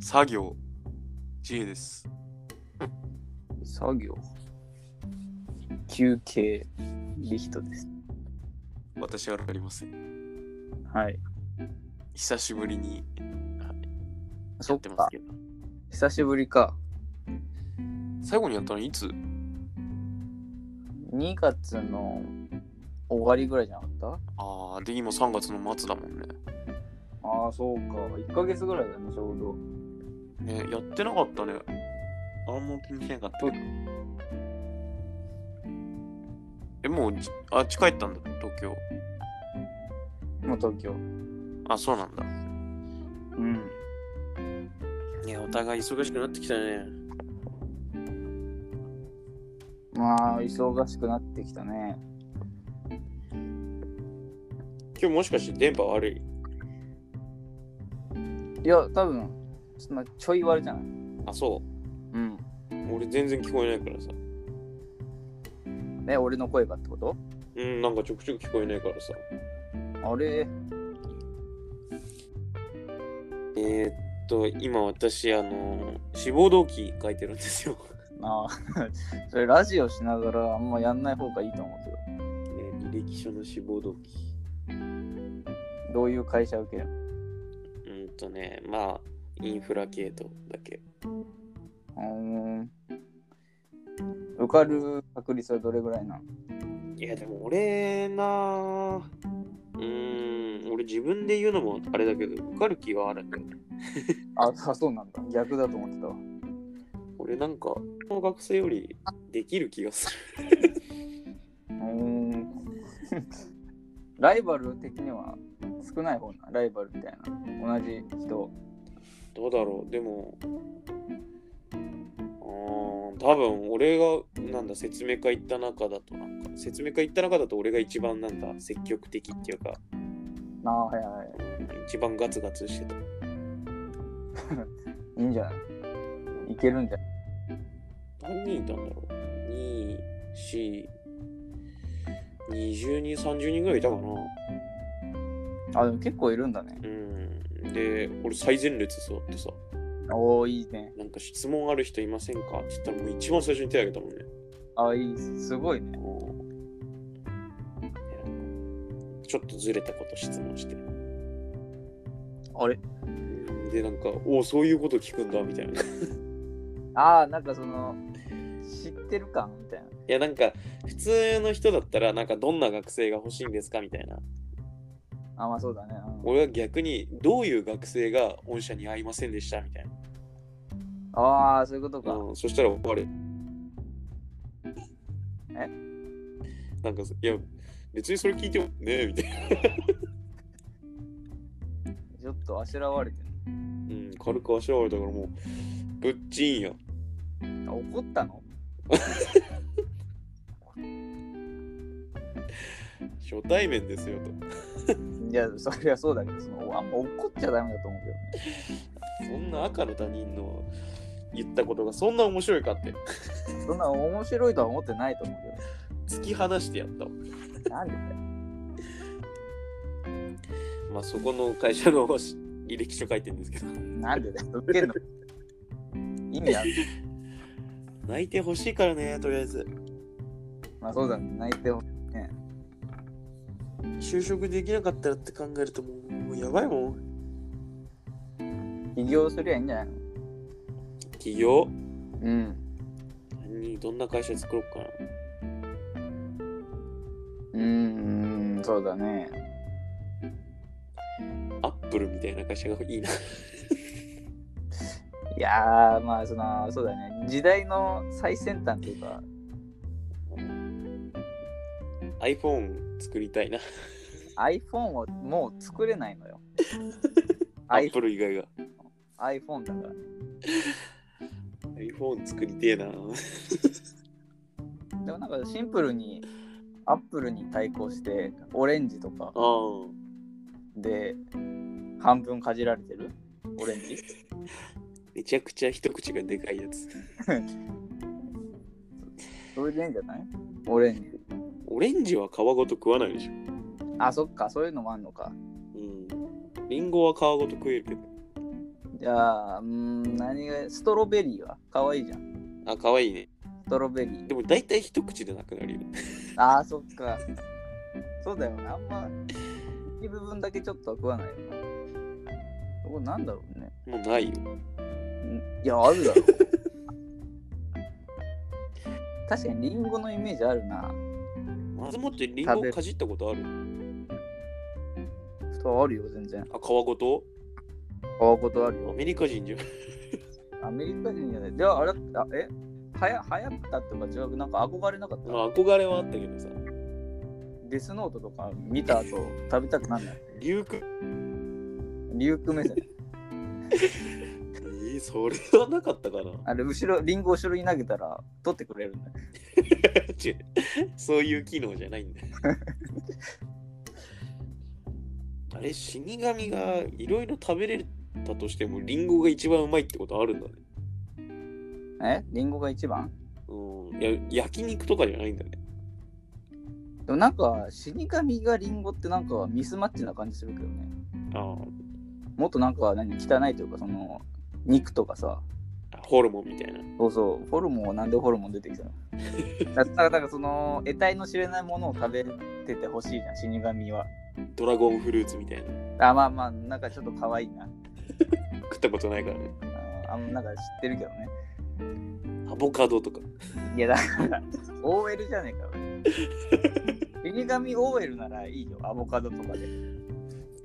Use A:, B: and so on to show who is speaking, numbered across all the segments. A: 作業、J です。
B: 作業。休憩。リヒトです。
A: 私はありません。
B: はい。
A: 久しぶりに
B: そ
A: やっ
B: って
A: ます
B: か。
A: けど。
B: 久しぶりか。
A: 最後にやったのいつ
B: 2月の終わりぐらいじゃなかった
A: ああ、で、今3月の末だもんね。
B: ああ、そうか。1ヶ月ぐらいだね、ちょうど。
A: ね、やってなかったね。あんま気にしなかったけど。え、もうじ、あっち帰ったんだ、東京。
B: もう東京。
A: あ、そうなんだ。
B: うん。
A: ね、お互い忙しくなってきたね。
B: まあ、忙しくなってきたね。
A: 今日もしかして電波悪い
B: いや、多分、そんなちょい割れじゃない
A: あ、そ
B: うん。
A: う。俺全然聞こえないからさ。
B: ね、俺の声がってこと
A: うん、なんかちょくちょく聞こえないからさ。
B: あれ
A: えー、っと、今私、あのー、志望動機書いてるんですよ。
B: ああ、 それラジオしながらあんまやんない方がいいと思うけど。
A: ね、履歴書の志望動機。
B: どういう会社受ける
A: うんとね、まあ、インフラ系統だけ。
B: うーん。受かる確率はどれぐらいなの
A: いや、でも俺なーうーん、俺自分で言うのもあれだけど、受かる気はあるんだよね。
B: ああ、そうなんだ。逆だと思ってたわ。
A: 俺なんか、この学生よりできる気がする。
B: うーん。ライバル的には少ない方な、ライバルみたいな。同じ人。
A: どうだろう、でも、うーん、多分俺が、なんだ、説明会行った中だと、なんか、説明会行った中だと俺が一番なんだ、積極的っていうか、
B: ああ、はいはい。
A: 一番ガツガツしてた。
B: いいんじゃないいけるんじゃない
A: 何人いたんだろう ?2、4、20人、30人ぐらいいたかな。
B: あ、でも結構いるんだね。
A: うん。で、俺最前列座ってさ、
B: おおいいね。
A: なんか質問ある人いませんかって言ったらもう一番最初に手挙げたもんね。
B: あいい、すごいね。
A: うんちょっとずれたこと質問して。
B: あれ
A: で、なんか、おお、そういうこと聞くんだ、み たいな。い
B: ああ、なんかその、知ってるかみたいな。
A: や、なんか、普通の人だったら、なんか、どんな学生が欲しいんですかみたいな。
B: あ、まあそうだね。うん
A: 俺は逆に、どういう学生が御社に合いませんでしたみたいな。
B: ああ、そういうことか。
A: うん、そしたら終われ。
B: え
A: なんか、いや、別にそれ聞いてもねえ、みたいな。
B: ちょっとあしらわれてる。
A: うん、軽くあしらわれたからもう、ぶっちんや。
B: あ怒ったの
A: 初対面ですよ、と。
B: いや、そりゃそうだけど、そのあんま怒っちゃダメだと思うけどね。
A: そんな赤の他人の言ったことがそんな面白いかって、
B: そんな面白いとは思ってないと思う
A: 突き放してやったわ。
B: けど。なんでだよ。
A: まあ、そこの会社の履歴書書いてるんですけど、
B: なんでだよ。受けんの意味ある。
A: 泣いてほしいからね、とりあえず。
B: まあそうだね。泣いても。
A: 就職できなかったらって考えるともう、もうやばいもん。
B: 起業すりゃいいんじゃないの
A: 起業
B: うん。
A: 何どんな会社作ろうかな。
B: うーん、そうだね。
A: アップルみたいな会社がいいな。
B: いやー、まあその、そうだね。時代の最先端というか、
A: iPhone 作りたいな。
B: iPhone をもう作れないの よ。
A: ア
B: i
A: ップル以外が。
B: iPhone だから。
A: iPhone 作りてえな。
B: でもなんかシンプルにアップルに対抗してオレンジとか
A: ああ。
B: で半分かじられてるオレンジ
A: めちゃくちゃ一口がでかいやつ。
B: それでいいんじゃないオレンジ
A: オレンジは皮ごと食わないでしょ。
B: あそっかそういうのもあんのか
A: うん。リンゴは皮ごと食えるけど。
B: じゃあ、うーん、何が、ストロベリーは可愛いじゃん。
A: あ、可愛いね。
B: ストロベリー
A: で。も大体一口でなくなるよ。
B: ああ、そっか。そうだよね。あんま、一部分だけちょっとは食わないよな。これなんだろうね。
A: もうないよ。
B: んいや、あるだろう。確かにリンゴのイメージあるな。
A: 松本ってリンゴかじったことある
B: そうあるよ、全然。
A: あ、皮ごと
B: ああ、ことある
A: ア
B: よ。
A: メリカ人じゃん。
B: アメリカ人じゃない。では、あれ、あえはや流行ったとか違うなんか憧れなかった、
A: まあ、憧れはあったけどさ。
B: デスノートとか見た後食べたくなんない。
A: リュウク。
B: リュウク目線。
A: えーそれはなかった かな
B: あれ、後ろ、リンゴ後ろに投げたら取ってくれるんだよ。
A: 違うそういう機能じゃない んだよ。あれ、死神がいろいろ食べれたとしても、リンゴが一番うまいってことあるんだね。
B: えリンゴが一番
A: うん。いや、焼肉とかじゃないんだね。
B: でもなんか死神がリンゴってなんかミスマッチな感じするけどね。
A: あ
B: もっとなんか何汚いというかその肉とかさ。
A: あ、ホルモンみたいな。
B: そうそう、ホルモンはなんでホルモン出てきたのだだからなんかその得体の知れないものを食べててほしいじゃん、死神は。
A: ドラゴンフルーツみたいな。
B: あ、まあまあ、なんかちょっと可愛いな。
A: 食ったことないからね。
B: ああんなんか知ってるけどね。
A: アボカドとか。
B: いやだから OL じゃねえか俺。死神 OL ならいいよ、アボカドとかで。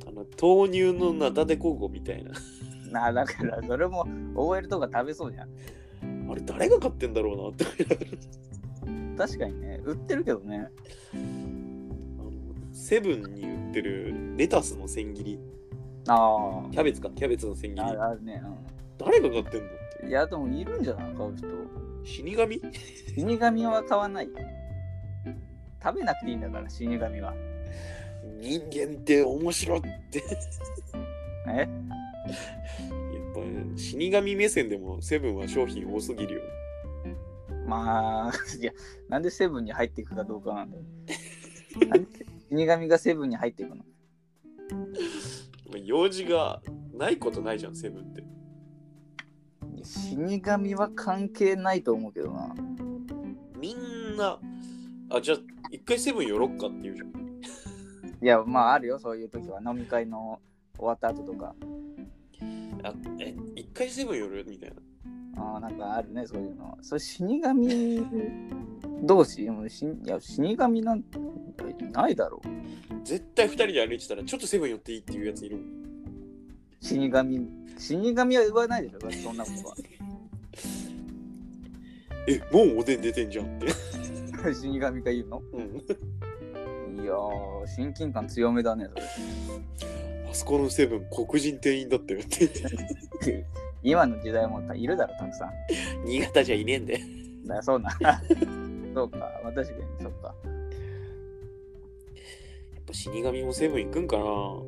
A: あの、豆乳のナタデココみたいな。
B: なあだからそれも OL とか食べそうじゃん。
A: あれ、誰が買ってんだろうなって思いながら。
B: 確かにね、売ってるけどね。
A: あのセブンに売ってるレタスの千切り。
B: あ
A: キャベツか、キャベツの千切り
B: あ、あ。るあるね。
A: 誰が買ってんのって。
B: うん、いや、でもいるんじゃない買う人。
A: 死神
B: 死神は買わないよ。食べなくていいんだから、死神は。
A: 人間って面白いって。 やっ
B: え
A: ぱ、死神目線でもセブンは商品多すぎるよ。
B: まあ、いや、なんでセブンに入っていくかどうか なんだよ。なんで死神がセブンに入っていくの
A: 用事がないことないじゃん、セブンって。
B: いや死神は関係ないと思うけどな。
A: みんな、あ、じゃあ、一回セブン寄ろっかって言うじゃん。
B: いや、まああるよ、そういう時は。飲み会の終わった後とか。
A: あ、え、一回セブン寄るみたいな。
B: あーなんかあるね、そういうの。それ死神同士もう死いや死神なんてないだろう。
A: 絶対二人で歩いてたら、ちょっとセブン寄っていいっていうやついるもん。
B: 死神、死神は言わないでしょ、だってそんなことは。
A: え、もうおでん出てんじゃんって。
B: 死神が言うの
A: うん。
B: いやー、親近感強めだね、
A: あそこのセブン、黒人店員だったよって。
B: それ。 今の時代もいるだろ、たくさん。
A: 新潟じゃいねえんだよ。
B: だからそうなん そうか、まあ確かに、そっか。
A: やっぱ死神もセブン行くんかな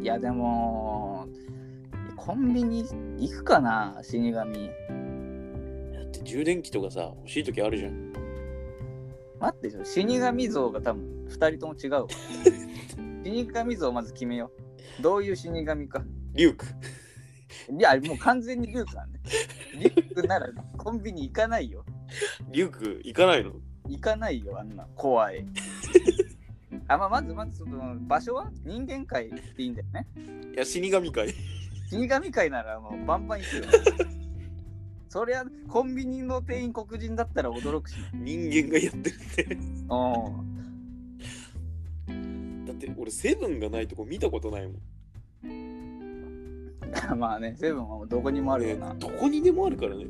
A: い
B: や、でも、コンビニ行くかな、死神。
A: だって充電器とかさ、欲しい時あるじゃん。
B: 待ってちょ死神像が多分2人とも違うわ死神像まず決めようどういう死神か
A: リューク。
B: いやもう完全にリュウクなんでリュウクならコンビニ行かないよ
A: リューク行かないの
B: 行かないよあんな怖いあ、まあ、まずまずその場所は人間界でいいんだよね
A: いや、死神かい。
B: 死神界ならもうバンバン行くよそりゃコンビニの店員黒人だったら驚くし
A: 人間がやってるって。
B: お
A: だって俺セブンがないとこ見たことないもん。
B: まあねセブンはもうどこにもあるよな、
A: ねどこにでもあるからね。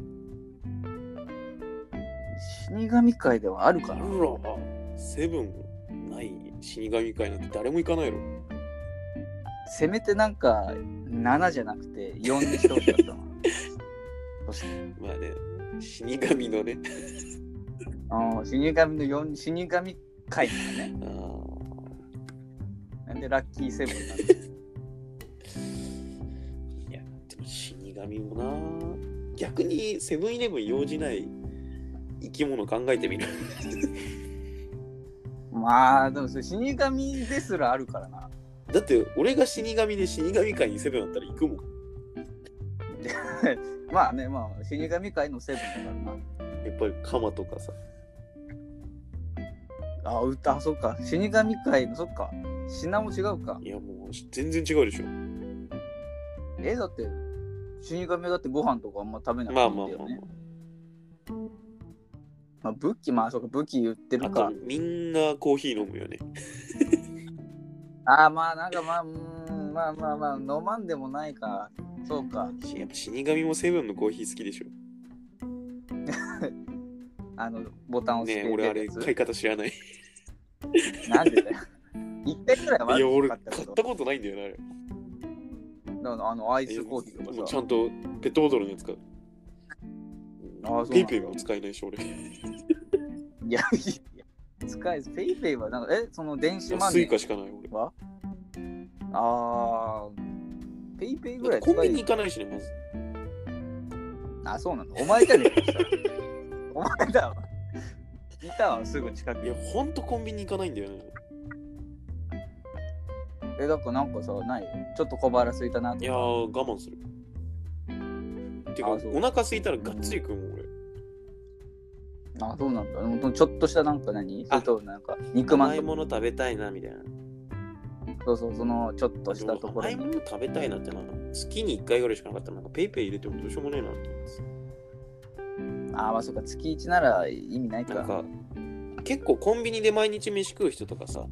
B: 死神界ではあるか
A: あ
B: ら
A: ら、セブンない死神会なんて誰も行かないろ。
B: せめてなんか7じゃなくて4にしてほしかったな。
A: まあね、死神のね。
B: うん死神の4死神会だね。
A: あー
B: なんでラッキーセブンなんだ
A: いや、でも死神もな。逆にセブンイレブン用事ない生き物考えてみる。
B: まあでもそれ死神ですらあるからな。
A: だって俺が死神で死神会にセブンだったら行くもん。
B: まあね、まあ、死神界のセブンだから
A: やっぱり鎌とかさ
B: な。あ、歌、あそっか。死神界の、そっか。品も違うか。
A: いやもう全然違うでしょ
B: え、だって、死神だってご飯とかあんま食べない
A: まあまあまあ、
B: よね。まあ、武器、まあ、そうか、武器言って
A: まあ、
B: る
A: あと
B: か。
A: みんなコーヒー飲むよね
B: ああ、まあ、なんかまあ、うーん、まあまあまあ、飲まんでもないか。そうか。
A: しやっぱ死神もセブンのコーヒー好きでしょ
B: あの、ボタンを押し
A: ね
B: て
A: え俺あ
B: 出
A: れ
B: るやつ、
A: 買い方知らないい
B: なんでだよ。一回くらいは悪
A: や俺
B: か
A: 買
B: っ
A: った
B: けど
A: たことないんだよなあれ
B: だからあの、アイ
A: いや
B: スコーヒー
A: も
B: と
A: う
B: か
A: ち
B: さ。
A: ゃんとペットボトルのやつ買う
B: あーそうなんだ
A: ペイペイは使えないし俺
B: いや、いや使えず、ペイペイは、なんか、え、その電子マ
A: ス
B: ネ
A: イカ
B: ー
A: しかない俺
B: はあー、ペイペイぐらい
A: コン
B: 使
A: ビ
B: える
A: ニ行かないしねまず
B: あ、そうなの。お前じゃねえか。お前だわ。いたわ、すぐ近く
A: い
B: に。
A: やほんとコンビニ行かないんだよね
B: え、だからなんかさ、ないちょっと小腹空いたなと
A: いや
B: か。
A: ー我慢するてか
B: あーそう
A: お腹空いたらがっつり食うもん俺
B: あ、そうなんだ。本当にちょっとしたなんか何そ
A: あ
B: れともなんか、肉まん
A: 甘い
B: とか。
A: もの食べたいなみたいな
B: そうそう、その、ちょっとしたところ
A: 甘いもの
B: に。
A: 食べたいなってな月に1回ぐらいしかなかったらなんかペイペイ入れてもどうしようもねえなって思ってさ
B: あ、まあそうか、月1なら意味ないか。
A: なんか結構コンビニで毎日飯食う人とかさ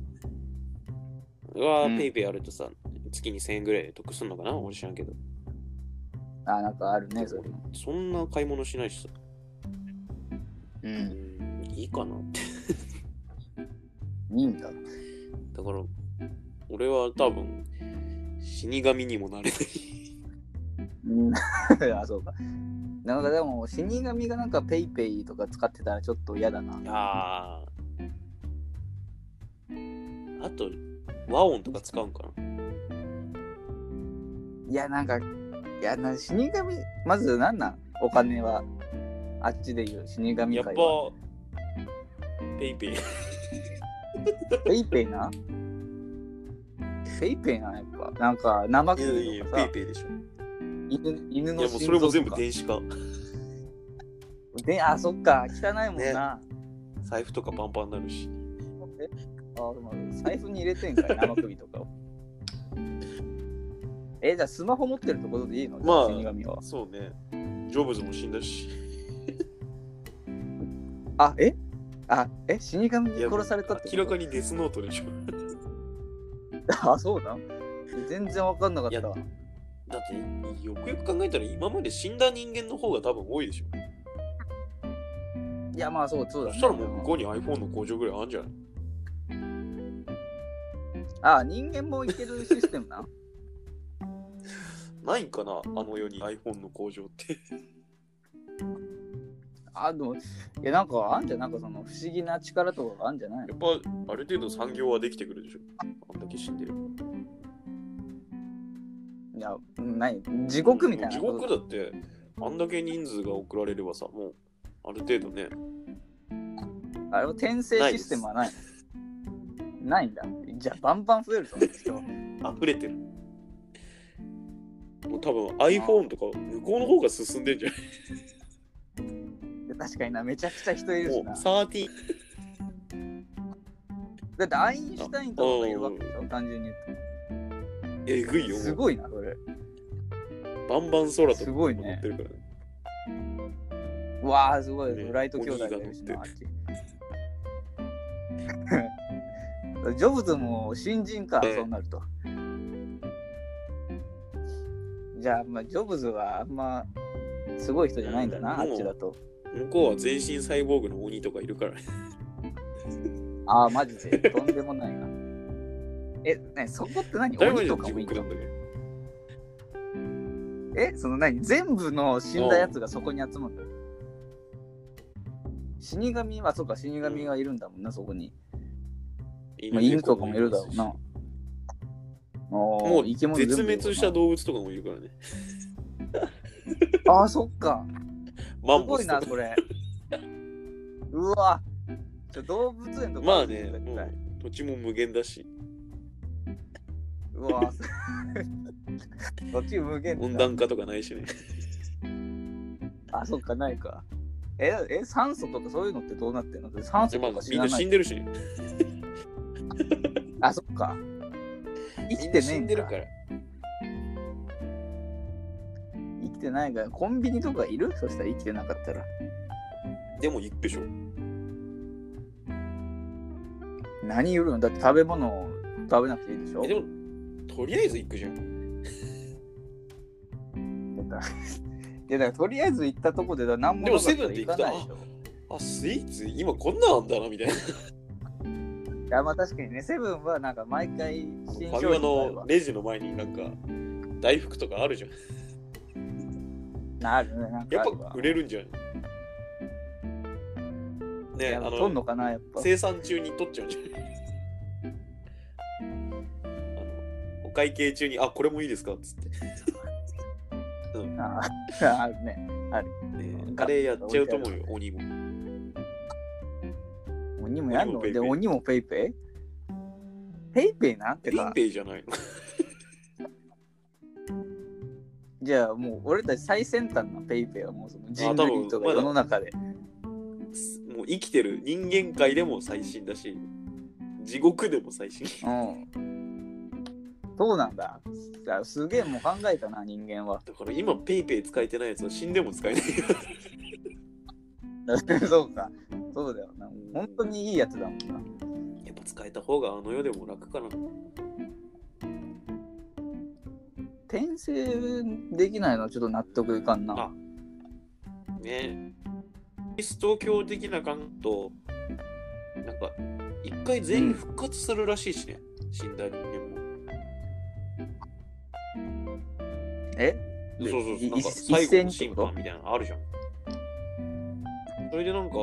A: うわー、
B: うん
A: ペイペイあるとさ月に1000円ぐらいで得すんのかな俺知らんけど
B: あ、なんかあるね、そういうの。
A: そんな買い物しないしさ
B: う。
A: うんんいいかなって
B: いいんだ。
A: だから俺は多分死神にもなれない
B: うん あ、そうか。なんかでも、死神がなんかペイペイとか使ってたらちょっと嫌だな。
A: ああ。あと、和音とか使うんかな。
B: いや、なんか、いや、な死神、まずなんなんお金は。あっちで言う死神会
A: やっ
B: は
A: ぱ、ペイペイ。
B: ペイペイなペイペイな、やっぱ。なんか、生首とかさ、
A: ペイでしょ。
B: 犬犬
A: い
B: の
A: や、もう
B: 心臓とか。
A: それも全部電子化。
B: であ、そっか、汚いもんな。
A: 財布とかパンパンになるし。
B: えあまあ財布に入れてん かい、生首とかを。え、じゃあスマホ持ってるってことでいいの、
A: まあ
B: 死神は。
A: そうね。ジョブズも死んだし。
B: あ、えあ、え死神に
A: いや
B: 殺されたって
A: 明らかにデスノートでしょ。
B: あ、そうだ。全然わかんなかっ
A: いや
B: たわ。
A: だって、よくよく考えたら今まで死んだ人間の方が多分多いでしょ。
B: いや、まあそう、そうだ、
A: そ
B: ね。
A: したらもう向こうに iPhone の工場ぐらいあるんじゃない
B: あ、人間もいけるシステムな。
A: ないんかなあの世に iPhone の工場って。
B: あ、でも、いや、なんかあんじゃん、なんかその不思議な力とかがあんじゃない
A: やっぱある程度産業はできてくるでしょ。あんだけ死んでる。
B: のいや、うんない。地獄みたいな。
A: 地獄だってあんだけ人数が送られればさもうある程度ね
B: あれは転生システムはない。ないんだ。じゃあ、バンバン増えると思う人。
A: 溢れてるもう多分 iPhone とか向こうの方が進んでんじゃない
B: 確かにな、めちゃくちゃ人いる
A: も
B: し
A: う
B: な。
A: 13
B: だって、アインシュタインとかがいるわけでしょ、単純に言っ
A: えぐい
B: て。
A: よ
B: す
A: も
B: ごいな、それ。
A: うバンバン空とか
B: すごいね
A: 乗ってるから、ね
B: うわあ、すごい。
A: ね
B: フライト兄弟がいるしな、あっ
A: 鬼
B: ち。 ジョブズも新人か、
A: ええ
B: そうなると。じゃあ、まあ、ジョブズはあんま、すごい人じゃないんだな、あ
A: うん
B: っちだと。
A: 向こうは全身サイボーグの鬼とかいるからね
B: ああ、マジで。とんでもないな。え、ね、そこって何
A: 大
B: 鬼
A: 地
B: と
A: の
B: か
A: 地
B: もいい
A: 獄な
B: の
A: んだけど
B: え、その何全部の死んだやつがそこに集まるの死神は、そうか、死神がいるんだもんな、そこに。まあ、犬とかもいるだろうな。も
A: もう絶滅した動物とかもいるからね
B: ああ、そっか。
A: マ
B: す
A: ンモ
B: ご
A: ス
B: い
A: とか
B: な、それ。うわ。ちょ動物園とか
A: まあ
B: る
A: ね
B: よ絶
A: も
B: 対
A: う土地も無限だし
B: うわ。そ途中無限だ
A: 温暖化とかないしね
B: あ、そっか、ないか。え、え、酸素とかそういうのってどうなってんの酸素
A: まあ
B: とか知
A: みん
B: ら
A: な
B: な
A: 死ん
B: い。
A: でるし、
B: あ、そっか。生
A: み
B: き
A: ん
B: て
A: な
B: ね
A: 死
B: え
A: ん
B: ん
A: で
B: か
A: るから。
B: 生きてないから、コンビニとかいるそしたら生きてなかったら。
A: でも行くでしょ。
B: 何売るのだって食べ物を食べなくていいでしょ
A: えでも、とりあえず行くじゃん。
B: だから いやだからとりあえず行ったとこでだ何も
A: でもセブンって
B: 行
A: 行
B: か
A: く
B: な
A: と
B: いでしょ
A: あ、スイーツ今こんなんあんだなみたいな。
B: いやまあ確かにねセブンはなんか毎回新
A: ファ
B: 商
A: ミマ
B: 品の
A: のレジの前になんか大福とかあるじゃん。
B: なるねなんか
A: や
B: あ
A: っ
B: るわ
A: ぱ売れるんじゃん。ね
B: い
A: え、
B: や
A: あ
B: 取ん
A: の、
B: のかなやっぱ
A: 生産中に取っちゃうんじゃないあのお会計中に、あ、これもいいですかっつって。
B: あー あるね
A: ねえあれやっちゃうと思うよ、鬼も。
B: 鬼もやんの
A: 鬼もペイペイ
B: で鬼もペイペイペイペイなんて
A: ペイ
B: か
A: ペイじゃないの。
B: じゃあもう俺たち最先端のペイペイはもうその人
A: あ多分
B: 類とか
A: まだ
B: 世の中で、
A: もう生きてる人間界でも最新だし、地獄でも最新。
B: うんそうなんだいやすげえもう考えたな人間は
A: だから今ペイペイ使えてないやつは死んでも使えない。
B: そうかそうだよな本当にいいやつだもんな
A: やっぱ使えた方があの世でも楽かな。
B: 転生できないのはちょっと納得いかんな
A: あ。ねキリスト教的な感と、なんか、一回全員復活するらしいしね、死んだ人間も。
B: え
A: そうそうそ、
B: いう
A: なんか
B: 一一
A: 最後の
B: 斉にって
A: 審
B: こと
A: 判みたいなのあるじゃん。それでなんか、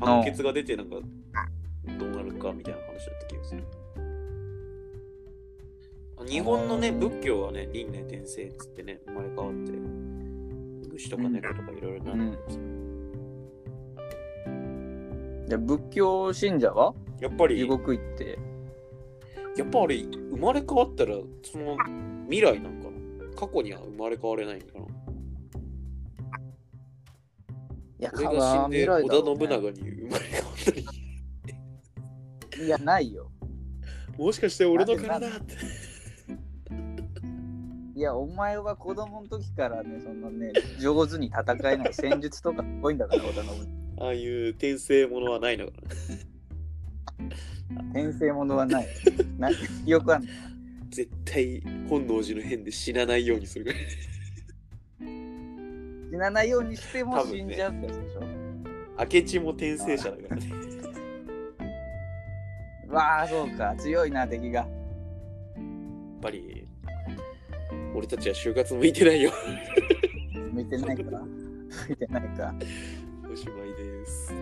A: 判決が出て、なんか、どうなるかみたいな話だった気がする。日本のね、
B: うん
A: 仏教はね、輪廻転生っつってね、生まれ変わって、牛とか猫とかいろいろなるんだけどさ
B: じゃあ仏教信者は
A: やっぱり
B: 地、獄行って。
A: やっぱあれ、生まれ変わったら、その未来なんかな過去には生まれ変われないのかな。
B: いや、
A: 俺が死んで
B: 川は
A: 織田
B: 未来だろう
A: 信
B: ね
A: 長に生まれ変わったり、
B: いや、ないよ。
A: もしかして俺の体って。
B: いや、お前は子供の時からね、そのね、上手に戦えない戦術とかすごいんだから、織田信
A: ああいう転生ものはないのかな。
B: 長。転生ものはない。なよくあんない。
A: 絶対本能寺の変で死なないようにするから。
B: 死なないようにしても
A: 多分ね
B: 死んじゃうってやつでし ょ。
A: 明智も転生者だからね。
B: わあ、そうか。強いな、敵が。
A: やっぱり、俺たちは就活向いてないよ。
B: 向いてないか。向いてないか。
A: おしまいです。